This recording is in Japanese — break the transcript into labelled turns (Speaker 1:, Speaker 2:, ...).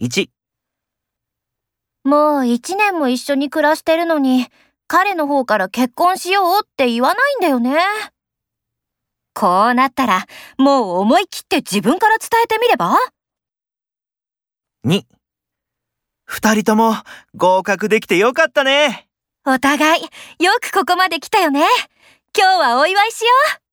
Speaker 1: 1、
Speaker 2: もう一年も一緒に暮らしてるのに、彼の方から結婚しようって言わないんだよね。こうなったら、もう思い切って自分から伝えてみれば
Speaker 1: 2、
Speaker 3: 二人とも合格できてよかったね。
Speaker 2: お互い、よくここまで来たよね。今日はお祝いしよう。